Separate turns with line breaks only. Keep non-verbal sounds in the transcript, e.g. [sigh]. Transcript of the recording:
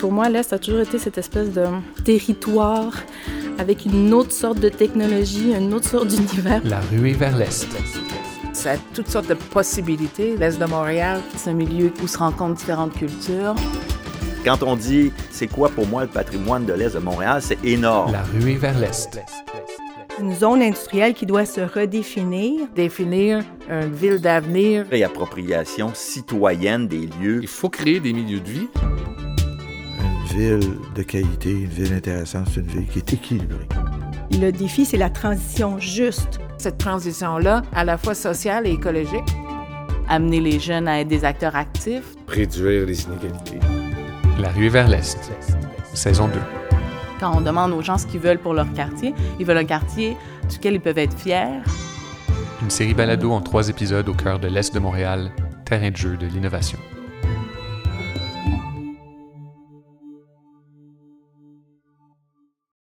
Pour moi, là, ça a toujours été cette espèce de territoire avec une autre sorte de technologie, une autre sorte [laughs] d'univers.
La ruée vers l'Est.
Ça a toutes sortes de possibilités. L'Est de Montréal, c'est un milieu où se rencontrent différentes cultures.
Quand on dit c'est quoi pour moi le patrimoine de l'Est de Montréal, c'est énorme.
La ruée vers l'Est.
Une zone industrielle qui doit se redéfinir.
Définir une ville d'avenir.
Réappropriation citoyenne des lieux.
Il faut créer des milieux de vie.
Une ville de qualité, une ville intéressante, c'est une ville qui est équilibrée.
Le défi, c'est la transition juste.
Cette transition-là, à la fois sociale et écologique. Amener les jeunes à être des acteurs actifs.
Réduire les inégalités.
La ruée vers l'Est, saison 2.
Quand on demande aux gens ce qu'ils veulent pour leur quartier, ils veulent un quartier duquel ils peuvent être fiers.
Une série balado en trois épisodes au cœur de l'Est de Montréal, terrain de jeu de l'innovation.